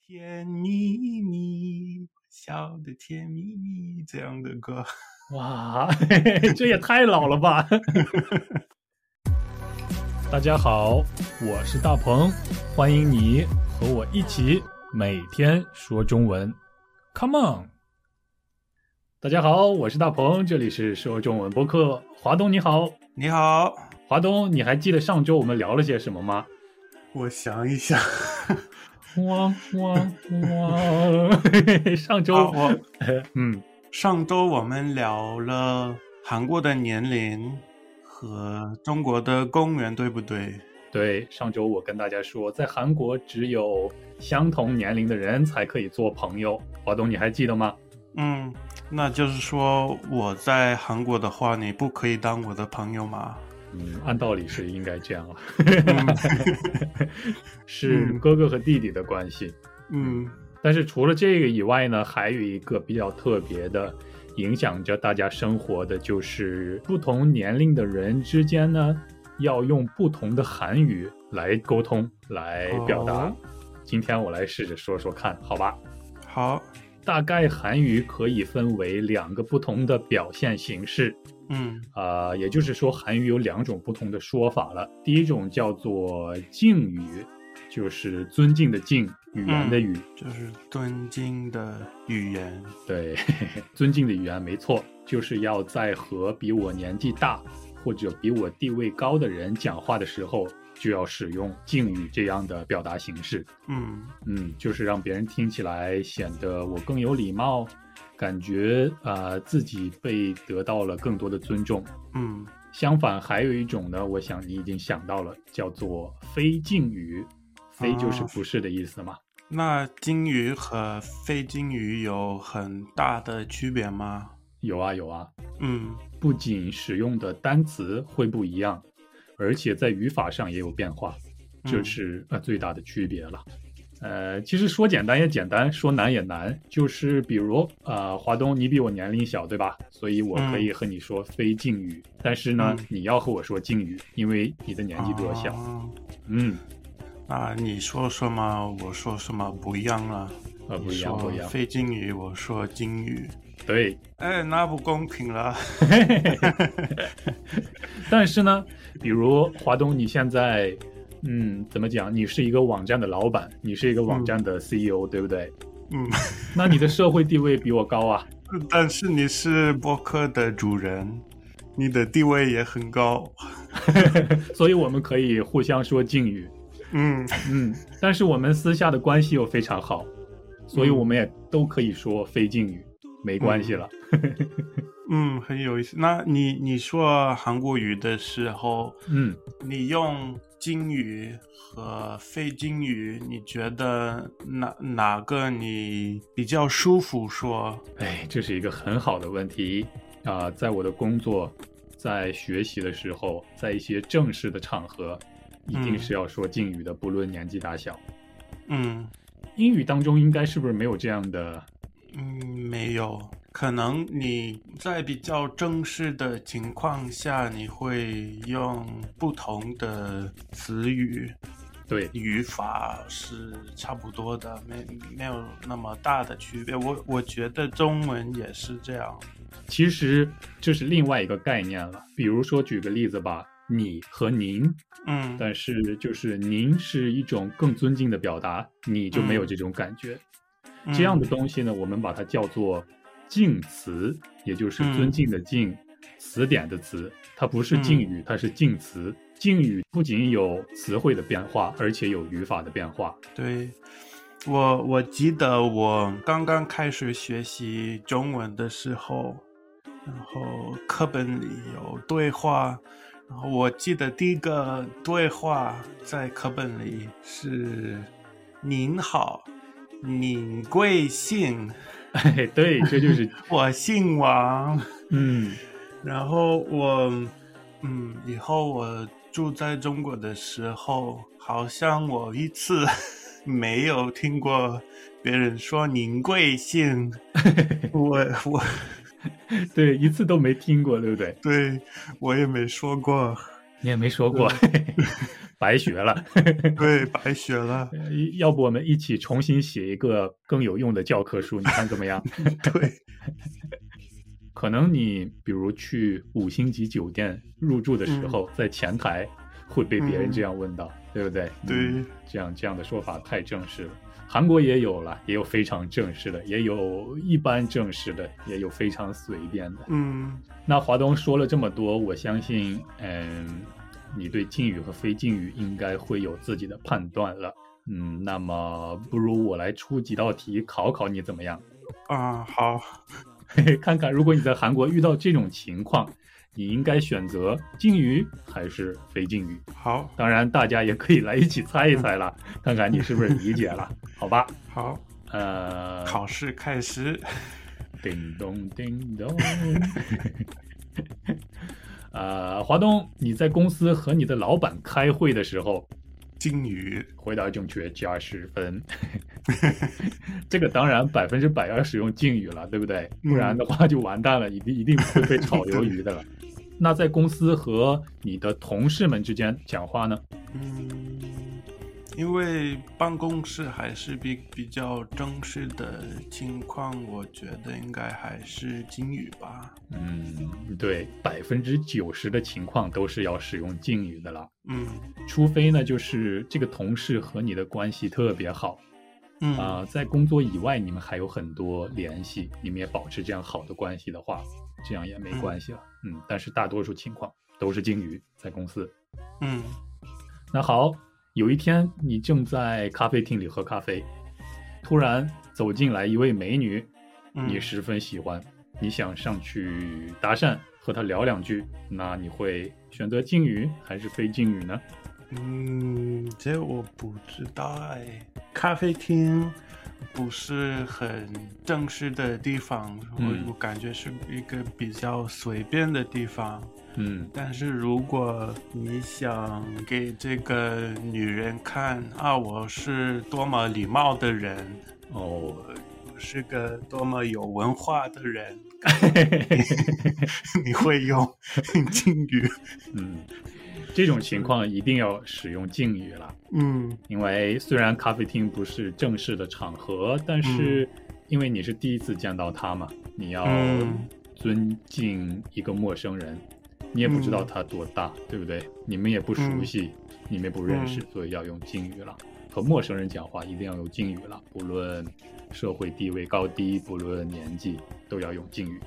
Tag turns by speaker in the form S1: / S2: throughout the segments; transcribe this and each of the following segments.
S1: 甜蜜蜜，笑得甜蜜蜜这样的歌。
S2: 哇， 嘿嘿这也太老了吧！ 大家好，我是大鹏，欢迎你和我一起每天说中文，Come on！大家好，我是大鹏，这里是说中文播客。华东你好，
S1: 你好，
S2: 华东，你还记得上周我们聊了些什么吗？
S1: 我想一想，
S2: 汪汪汪！嘿嘿嘿上周、
S1: 啊我
S2: 嗯，
S1: 上周我们聊了韩国的年龄和中国的公园，对不对？
S2: 对，上周我跟大家说，在韩国只有相同年龄的人才可以做朋友。华东，你还记得吗？
S1: 嗯，那就是说我在韩国的话，你不可以当我的朋友吗？
S2: 嗯，按道理是应该这样了，
S1: 嗯
S2: 是
S1: 嗯
S2: 哥哥和弟弟的关系。
S1: 嗯
S2: 但是除了这个以外呢，还有一个比较特别的，影响着大家生活的，就是不同年龄的人之间呢，要用不同的韩语来沟通、来表达。
S1: 哦
S2: 今天我来试着说说看，好吧？
S1: 好，
S2: 大概韩语可以分为两个不同的表现形式，
S1: 嗯
S2: 啊、也就是说，韩语有两种不同的说法了。第一种叫做敬语，就是尊敬的敬，语言的语，
S1: 就是尊敬的语言。
S2: 对， 尊敬的语言没错，就是要在和比我年纪大或者比我地位高的人讲话的时候，就要使用敬语这样的表达形式。
S1: 嗯
S2: 嗯，就是让别人听起来显得我更有礼貌，感觉啊、呃自己被得到了更多的尊重。
S1: 嗯
S2: 相反，还有一种呢，我想你已经想到了，叫做非敬语。非就是
S1: 啊
S2: 不是的意思嘛？
S1: 那金鱼和非金鱼有很大的区别吗？
S2: 有啊有啊，
S1: 嗯
S2: 不仅使用的单词会不一样，而且在语法上也有变化，这
S1: 嗯
S2: 是呃最大的区别了。呃，其实说简单也简单，说难也难，就是比如呃，华东，你比我年龄小，对吧？所以我可以和你说非敬语，但是呢，
S1: 嗯
S2: 你要和我说敬语，因为你的年纪比我小。
S1: 啊
S2: 嗯，
S1: 那你说什么，我说什么不一样了。
S2: 呃，
S1: 你
S2: 不一样，
S1: 说
S2: 不一样，
S1: 非金鱼，我说金鱼。
S2: 对，
S1: 哎，那不公平了。
S2: 但是呢，比如华东，你现在，嗯，怎么讲？你是一个网站的老板，你是一个网站的 CEO，、对不对？
S1: 嗯，
S2: 那你的社会地位比我高啊。
S1: 但是你是博客的主人，你的地位也很高。
S2: 所以我们可以互相说敬语，
S1: 嗯
S2: 嗯， 但是我们私下的关系又非常好，所以我们也都可以说非敬语，没关系了。
S1: 嗯，很有意思。那你你说韩国语的时候，
S2: 嗯，
S1: 你用金鱼和非金鱼，你觉得哪哪个你比较舒服说？
S2: 哎，这是一个很好的问题啊、在我的工作、在学习的时候，在一些正式的场合，一定
S1: 嗯
S2: 是要说敬语的，不论年纪大小。
S1: 嗯
S2: 英语当中应该是不是没有这样的？
S1: 嗯，没有。可能你在比较正式的情况下，你会用不同的词语，
S2: 对，
S1: 语法是差不多的，没没有那么大的区别。我我觉得中文也是这样。
S2: 其实这是另外一个概念了。比如说，举个例子吧，你和您，
S1: 嗯，
S2: 但是就是您是一种更尊敬的表达，你就没有这种感觉。
S1: 嗯
S2: 这样的东西呢，我们把它叫做敬词，也就是
S1: 嗯
S2: 尊敬的敬，词典的词，它不是敬语，它是敬词。敬语不仅有词汇的变化，而且有语法的变化。
S1: 对，我我记得我刚刚开始学习中文的时候，然后课本里有对话，然后我记得第一个对话在课本里是“您好，您贵姓？
S2: 哎，对，这就是
S1: 我姓王。”
S2: 嗯。
S1: 然后我，嗯，以后我住在中国的时候，好像我一次 没有听过别人说您贵姓，我我
S2: 对，一次都没听过，对不对？
S1: 对我也没说过。
S2: 你也没说过，嗯 白学了。
S1: 对，白学了。
S2: 要不我呃们一起重新写一个更有用的教科书，你看怎么样？
S1: 对，
S2: 可能你比如去五星级酒店入住的
S1: 嗯
S2: 时候，在前台会被别人这样问到，对不对？嗯
S1: 对，
S2: 这样这样的说法太正式了。韩国也有了，也有非常正式的，也有一般正式的，也有非常随便的。
S1: 嗯
S2: 那华东说了这么多，我相信，嗯，你对敬语和非敬语应该会有自己的判断了。嗯，那么不如我来出几道题考考你怎么样？
S1: 啊，好，
S2: 嘿嘿，看看如果你在韩国遇到这种情况，你应该选择敬语还是非敬语？
S1: 好，
S2: 当然，大家也可以来一起猜一猜啦，看看你是不是理解了，好吧？
S1: 好，
S2: 呃，
S1: 考试开始。
S2: 叮咚叮咚。 呃，华东，你在公司和你的老板开会的时候，
S1: 金鱼，
S2: 回答正确加十分。 这个当然百分之百要使用敬语了，对不对？
S1: 嗯
S2: 不然的话就完蛋了，一定一定会被炒鱿鱼的了。 那在公司和你的同事们之间讲话呢？
S1: 嗯，因为办公室还是比比较正式的情况，我觉得应该还是金鱼吧。
S2: 嗯，对，百分之九十的情况都是要使用敬语的了，
S1: 嗯
S2: 除非呢，就是这个同事和你的关系特别好，
S1: 嗯、
S2: 啊、在工作以外，你们还有很多联系，你们也保持这样好的关系的话，这样也没关系了。嗯，但是大多数情况都是鲸鱼在公司。
S1: 嗯，
S2: 那好，有一天你正在咖啡厅里喝咖啡，突然走进来一位美女，
S1: 嗯
S2: 你十分喜欢，你想上去搭讪和她聊两句，那你会选择鲸鱼还是非鲸鱼呢？
S1: 嗯，这我不知道哎。咖啡厅不是很正式的地方，
S2: 嗯
S1: 我我感觉是一个比较随便的地方。
S2: 嗯
S1: 但是如果你想给这个女人看啊，我是多么礼貌的人，
S2: 哦，
S1: 我是个多么有文化的 人，你会用敬语？
S2: 嗯，这种情况一定要使用敬语了。
S1: 嗯
S2: 因为虽然咖啡厅不是正式的场合，但是因为你是第一次见到他嘛，你要
S1: 嗯
S2: 尊敬一个陌生人，你也不知道他多大，对不对？你们也不熟悉，你们也不认识，所以要用敬语了。和陌生人讲话一定要用敬语了，不论社会地位高低，不论年纪，都要用敬语。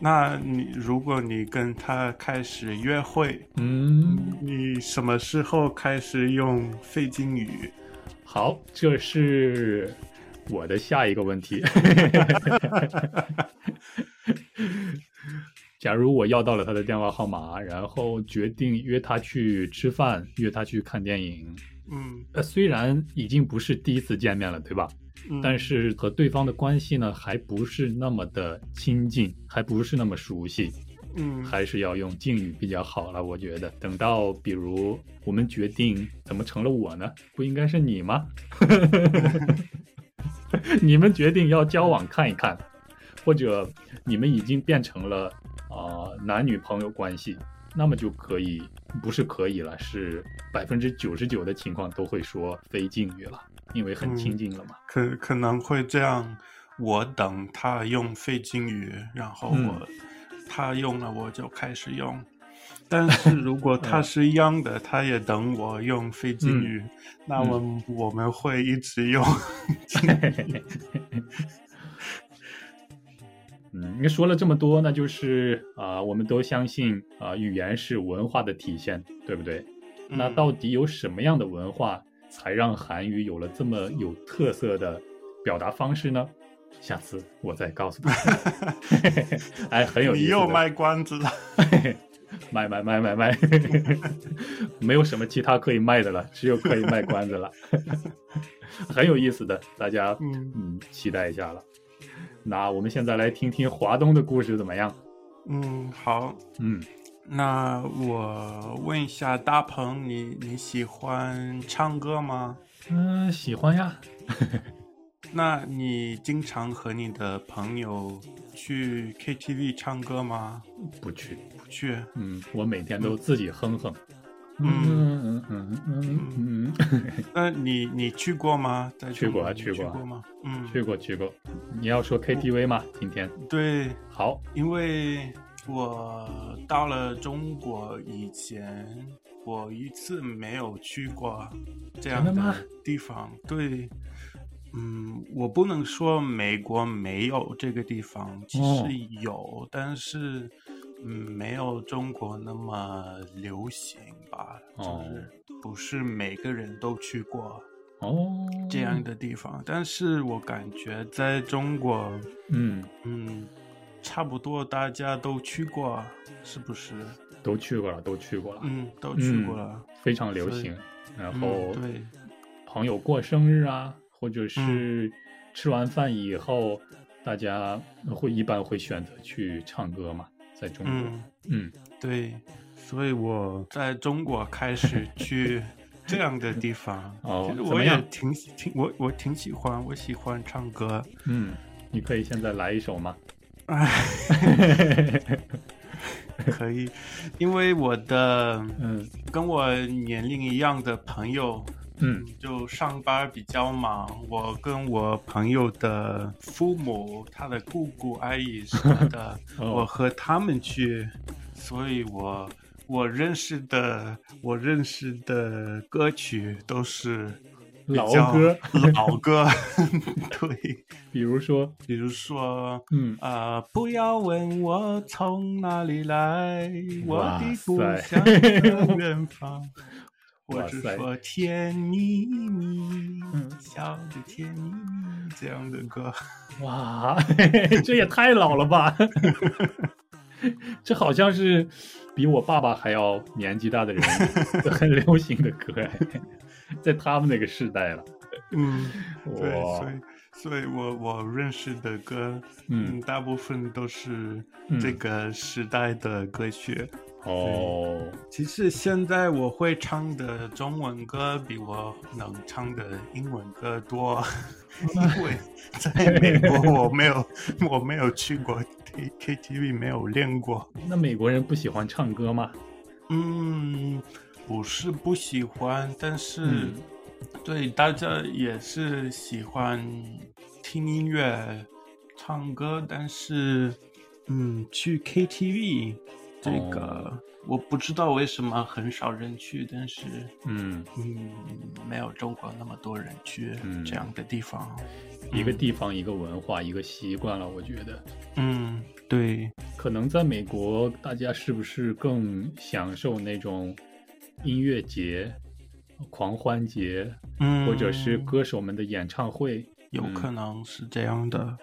S1: 那你如果你跟他开始约会，
S2: 嗯，
S1: 你什么时候开始用非敬语？
S2: 好，这是我的下一个问题。 假如我要到了他的电话号码，然后决定约他去吃饭，约他去看电影，
S1: 嗯，
S2: 呃，虽然已经不是第一次见面了，对吧？
S1: 嗯
S2: 但是和对方的关系呢，还不是那么的亲近，还不是那么熟悉。
S1: 嗯，
S2: 还是要用敬语比较好了，我觉得。等到比如我们决定怎么成了我呢？不应该是你吗？ 你们决定要交往看一看，或者你们已经变成了啊、呃男女朋友关系，那么就可以不是可以了，是百分之九十九的情况都会说非敬语了，因为很亲近了嘛。
S1: 可可能会这样，我等他用非敬语，然后
S2: 嗯
S1: 我、他用了我就开始用。但是如果
S2: 嗯
S1: 他是一样的，他也等我用非敬语，那
S2: 嗯
S1: 我们、我们会一直用敬语。
S2: 嗯，你说了这么多，那就是啊、我们都相信啊、语言是文化的体现，对不对？那到
S1: 嗯
S2: 底有什么样的文化才让韩语有了这么有特色的表达方式呢？下次我再 告诉你。 哎，很有意
S1: 你
S2: 思的。
S1: 又卖关子了，
S2: 卖卖卖卖卖， 没有什么其他可以卖的了，只有可以卖关子了，很有意思的，大家
S1: 嗯
S2: 嗯期待一下了。那我们现在来听听华东的故事怎么样？
S1: 嗯，好，
S2: 嗯，
S1: 那我问一下大鹏，你你喜欢唱歌吗？
S2: 嗯，喜欢呀。
S1: 那你经常和你的朋友去 KTV 唱歌吗？
S2: 不去，
S1: 不去，
S2: 嗯，我每天都自己哼哼，嗯嗯嗯嗯嗯
S1: 那你你去过吗？在
S2: 去过啊
S1: 中国
S2: 去
S1: 你
S2: 过
S1: 去
S2: 啊
S1: 过吗？
S2: 嗯，
S1: 嗯，
S2: 去过去过。你要说 KTV 吗？今天
S1: 对，
S2: 好，
S1: 因为我到了中国以前，我一次没有去过这样
S2: 真的吗
S1: 地方。对，嗯，我不能说美国没有这个地方，其
S2: 哦
S1: 实有，但是嗯，没有中国那么流行吧，就
S2: 哦
S1: 是不是每个人都去过
S2: 哦，
S1: 这样，的地方。但是我感觉在中国。
S2: 嗯，
S1: 嗯，差不多大家都去过，啊是不是？
S2: 都去过了，都去过了，
S1: 嗯，都去过了。
S2: 非常流
S1: 所以
S2: 行。然
S1: 嗯
S2: 后
S1: 对，
S2: 朋友过生日啊，或者
S1: 嗯
S2: 是吃完饭以后，大家会一般会选择去唱歌嘛，在中国，
S1: 嗯，
S2: 嗯，
S1: 对，所以我在中国开始去这样的地方。
S2: 哦
S1: 其实
S2: 怎么
S1: 我也
S2: 样
S1: 挺喜挺我我挺喜欢，我喜欢唱 歌。
S2: 嗯，你可以现在来一首 吗？
S1: 哎，可以，因为我的
S2: 嗯
S1: 跟我年龄一样的朋友
S2: 嗯，
S1: 就上班比较忙，我跟我朋友的父母、他的姑姑、阿姨什么的
S2: 哦
S1: 我和他们去，所以我我认识的我认识的歌曲都是比
S2: 老
S1: 较
S2: 歌，
S1: 老歌， 对，
S2: 比如说，
S1: 比如说。
S2: 嗯，
S1: 啊、不要问我从哪里来，我
S2: 哇
S1: 的故
S2: 塞
S1: 乡的远 方。我
S2: 哇
S1: 只
S2: 塞
S1: 说甜蜜蜜
S2: 嗯，
S1: 笑的甜蜜蜜这样的歌。
S2: 哇， 这也太老了吧！ 这好像是比我爸爸还要年纪大的人很流行的歌哎，在他们那个时代了。
S1: 嗯， 对，所
S2: 哇，
S1: 以所以我我认识的歌，
S2: 嗯，
S1: 大部分都是
S2: 嗯
S1: 这个时代的歌曲。
S2: 哦，
S1: 其实现在我会唱的中文歌比我能唱的英文歌 多，因为在美国我没有我没有去过 K K T V 没有练过。
S2: 那美国人不喜欢唱歌吗？
S1: 嗯，不是不喜欢，但是、
S2: 嗯
S1: 对大家也是喜欢听音乐、唱歌，但是嗯，去 KTV 这个、
S2: 哦
S1: 我不知道为什么很少人去，但是
S2: 嗯，
S1: 嗯，没有中国那么多人去
S2: 嗯
S1: 这样的地方。
S2: 一个地方，一个文化，一个习惯了，我觉得。
S1: 嗯，对，
S2: 可能在美国，大家是不是更享受那种音乐节、狂欢节，
S1: 嗯，
S2: 或者是歌手们的演唱会？
S1: 有
S2: 嗯
S1: 可能是这样的。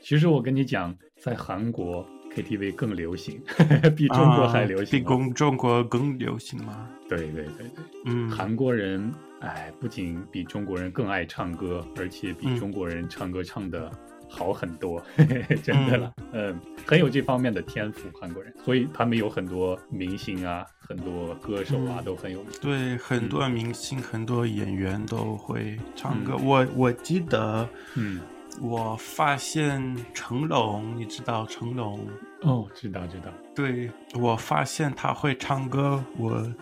S2: 其实我跟你讲，在韩国 KTV 更流行， 比中国还流行
S1: 啊比
S2: 哦、
S1: 中中国更流行吗？
S2: 对对对对，
S1: 嗯，
S2: 韩国人哎，不仅比中国人更爱唱歌，而且比
S1: 嗯
S2: 中国人唱歌唱的。好很多， 真的了，嗯，很有这方面的天赋，韩国人，所以他们有很多明星啊，很多歌手啊，
S1: 嗯
S2: 都很有名。
S1: 对很多明星、很多演员都会唱歌。我我记得
S2: 嗯，
S1: 我发现成龙，你知道成龙？
S2: 哦，知道知道，
S1: 对我发现他会唱歌，我啊、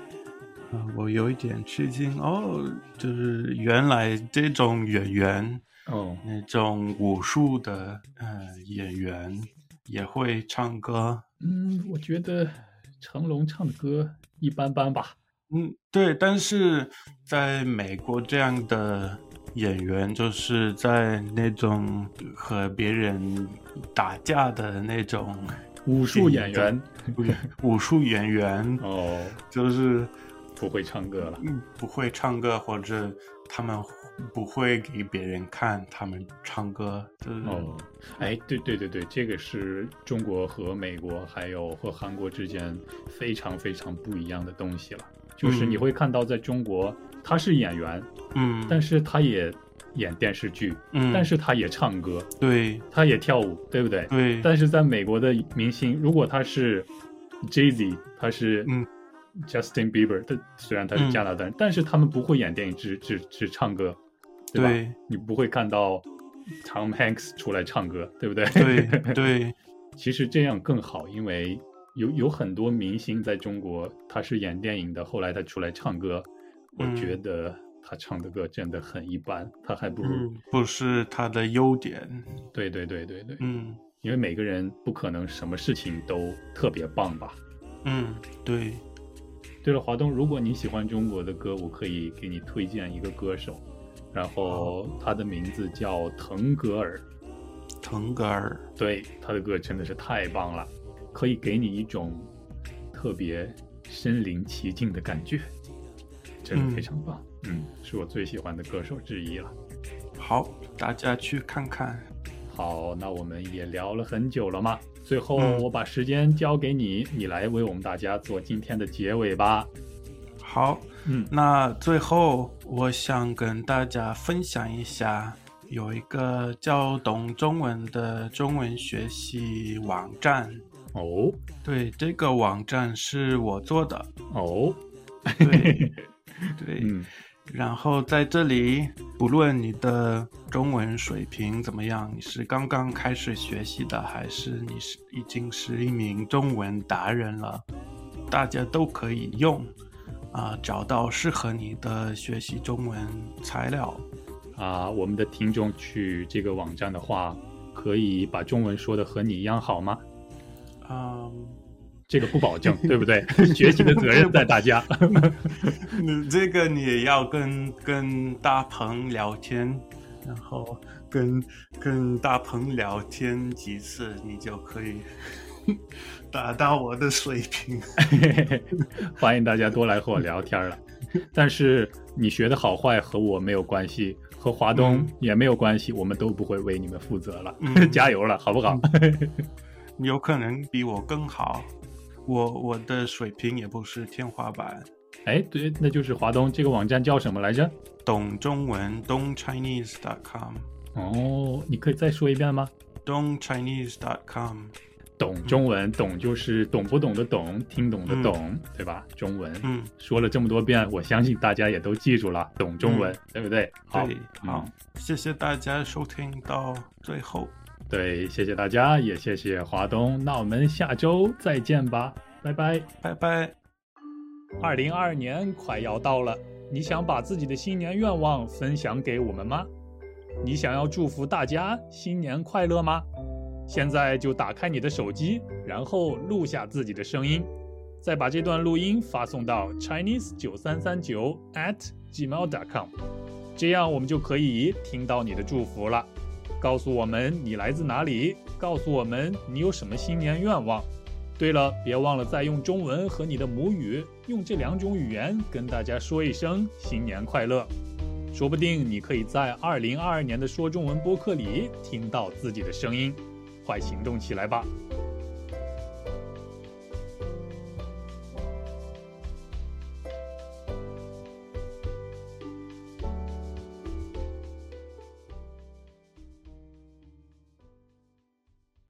S1: 呃我有一点吃惊哦，就是原来这种演员，
S2: 哦，
S1: 那种武术的呃演员也会唱歌。
S2: 嗯，我觉得成龙唱的歌一般般吧，
S1: 嗯，对，但是在美国这样的演员，就是在那种和别人打架的那种
S2: 武术演
S1: 电
S2: 员
S1: 影武术演员，
S2: 哦，
S1: 就是
S2: 不会唱歌了。
S1: 嗯不会唱歌，或者他们不会给别人看他们唱歌，就是、
S2: 哦，哎，对对对对，这个是中国和美国还有和韩国之间非常非常不一样的东西了。就是你
S1: 嗯
S2: 会看到，在中国他是演员，
S1: 嗯，
S2: 但是他也演电视剧，
S1: 嗯，
S2: 但是他也唱歌，
S1: 对
S2: 他也跳舞，对不对？
S1: 对，
S2: 但是在美国的明星，如果他是 Jay Z，他是
S1: 嗯
S2: Justin Bieber，他虽然他是
S1: 嗯
S2: 加拿大人，但是他们不会演电影，只只只唱歌，对吧？
S1: 对
S2: 你不会看到 Tom Hanks 出来唱歌，对不对？
S1: 对对
S2: 其实这样更好，因为有有很多明星在中国，他是演电影的，后来他出来唱歌，我
S1: 嗯
S2: 觉得他唱的歌真的很一般，他还不如、
S1: 嗯，不是他的优点，
S2: 对对对对对，
S1: 嗯
S2: 因为每个人不可能什么事情都特别棒吧。
S1: 嗯，对，
S2: 对了，华东，如果你喜欢中国的歌，我可以给你推荐一个歌手，然后他的名字叫腾格尔，
S1: 腾格尔，
S2: 对，他的歌真的是太棒了，可以给你一种特别身临其境的感觉，真的非常棒。嗯，是我最喜欢的歌手之一了。
S1: 好，大家去看看，
S2: 好，那我们也聊了很久了嘛，最后
S1: 嗯
S2: 我把时间交给你，你来为我们大家做今天的结尾吧。
S1: 好。
S2: 嗯
S1: 那最后，我想跟大家分享一下，有一个叫“懂中文”的中文学习网站。
S2: 哦
S1: 对，这个网站是我做的。
S2: 哦，
S1: 对，对。
S2: 嗯
S1: 然后在这里，不论你的中文水平怎么样，你是刚刚开始学习的，还是你是已经是一名中文达人了，大家都可以用。啊，找到适合你的学习中文材料。
S2: 啊，我们的听众去这个网站的话，可以把中文说的和你一样好吗？
S1: 嗯，
S2: 这个不保 证，对不对？学习的责任在大家。
S1: 你 这个你也要跟跟大鹏聊天，然后跟跟大鹏聊天几次，你就可以 达到我的水平。
S2: 欢迎大家多来和我聊天了。但是你学的好坏和我没有关系，和华东
S1: 嗯
S2: 也没有关系，我们都不会为你们负责了。
S1: 嗯
S2: 加油了，好不好？
S1: 有可能比我更好，我我的水平也不是天花板。
S2: 哎，对，那就是华东这个网站叫什么来着？
S1: 懂中文，dongchinese.com。
S2: 哦，你可以再说一遍吗？
S1: dongchinese.com，
S2: 懂中文，懂就是懂不懂的懂，听懂的懂，对吧？中文，
S1: 嗯，
S2: 说了这么多遍，我相信大家也都记住了，懂中文，对不对？好，
S1: 嗯对，好，谢谢大家收听到最后，
S2: 对，谢谢大家，也谢谢华东，那我们下周再见吧，拜拜。
S1: 拜拜。
S2: 二零二二年快要到了，你想把自己的新年愿望分享给我们吗？你想要祝福大家新年快乐吗？现在就打开你的手机，然后录下自己的声音，再把这段录音发送到 chinese 九三三九 at gmail.com，这样我们就可以听到你的祝福了。告诉我们你来自哪里，告诉我们你有什么新年愿望。对了，别忘了再用中文和你的母语，用这两种语言跟大家说一声新年快乐。说不定你可以在2022年的说中文播客里听到自己的声音，快行动起来吧！